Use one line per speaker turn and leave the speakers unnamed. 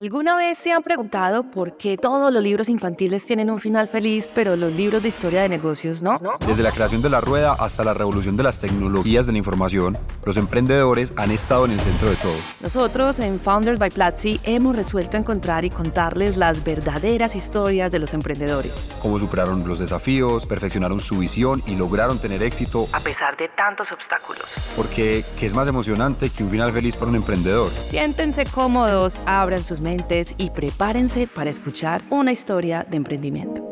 ¿Alguna vez se han preguntado por qué todos los libros infantiles tienen un final feliz, pero los libros de historia de negocios no?
Desde la creación de la rueda hasta la revolución de las tecnologías de la información, los emprendedores han estado en el centro de todo.
Nosotros en Founders by Platzi hemos resuelto encontrar y contarles las verdaderas historias de los emprendedores,
Cómo superaron los desafíos, perfeccionaron su visión y lograron tener éxito,
a pesar de tantos obstáculos.
porque ¿qué es más emocionante que un final feliz para un emprendedor?
Siéntense cómodos, abran sus mentes y prepárense para escuchar una historia de emprendimiento.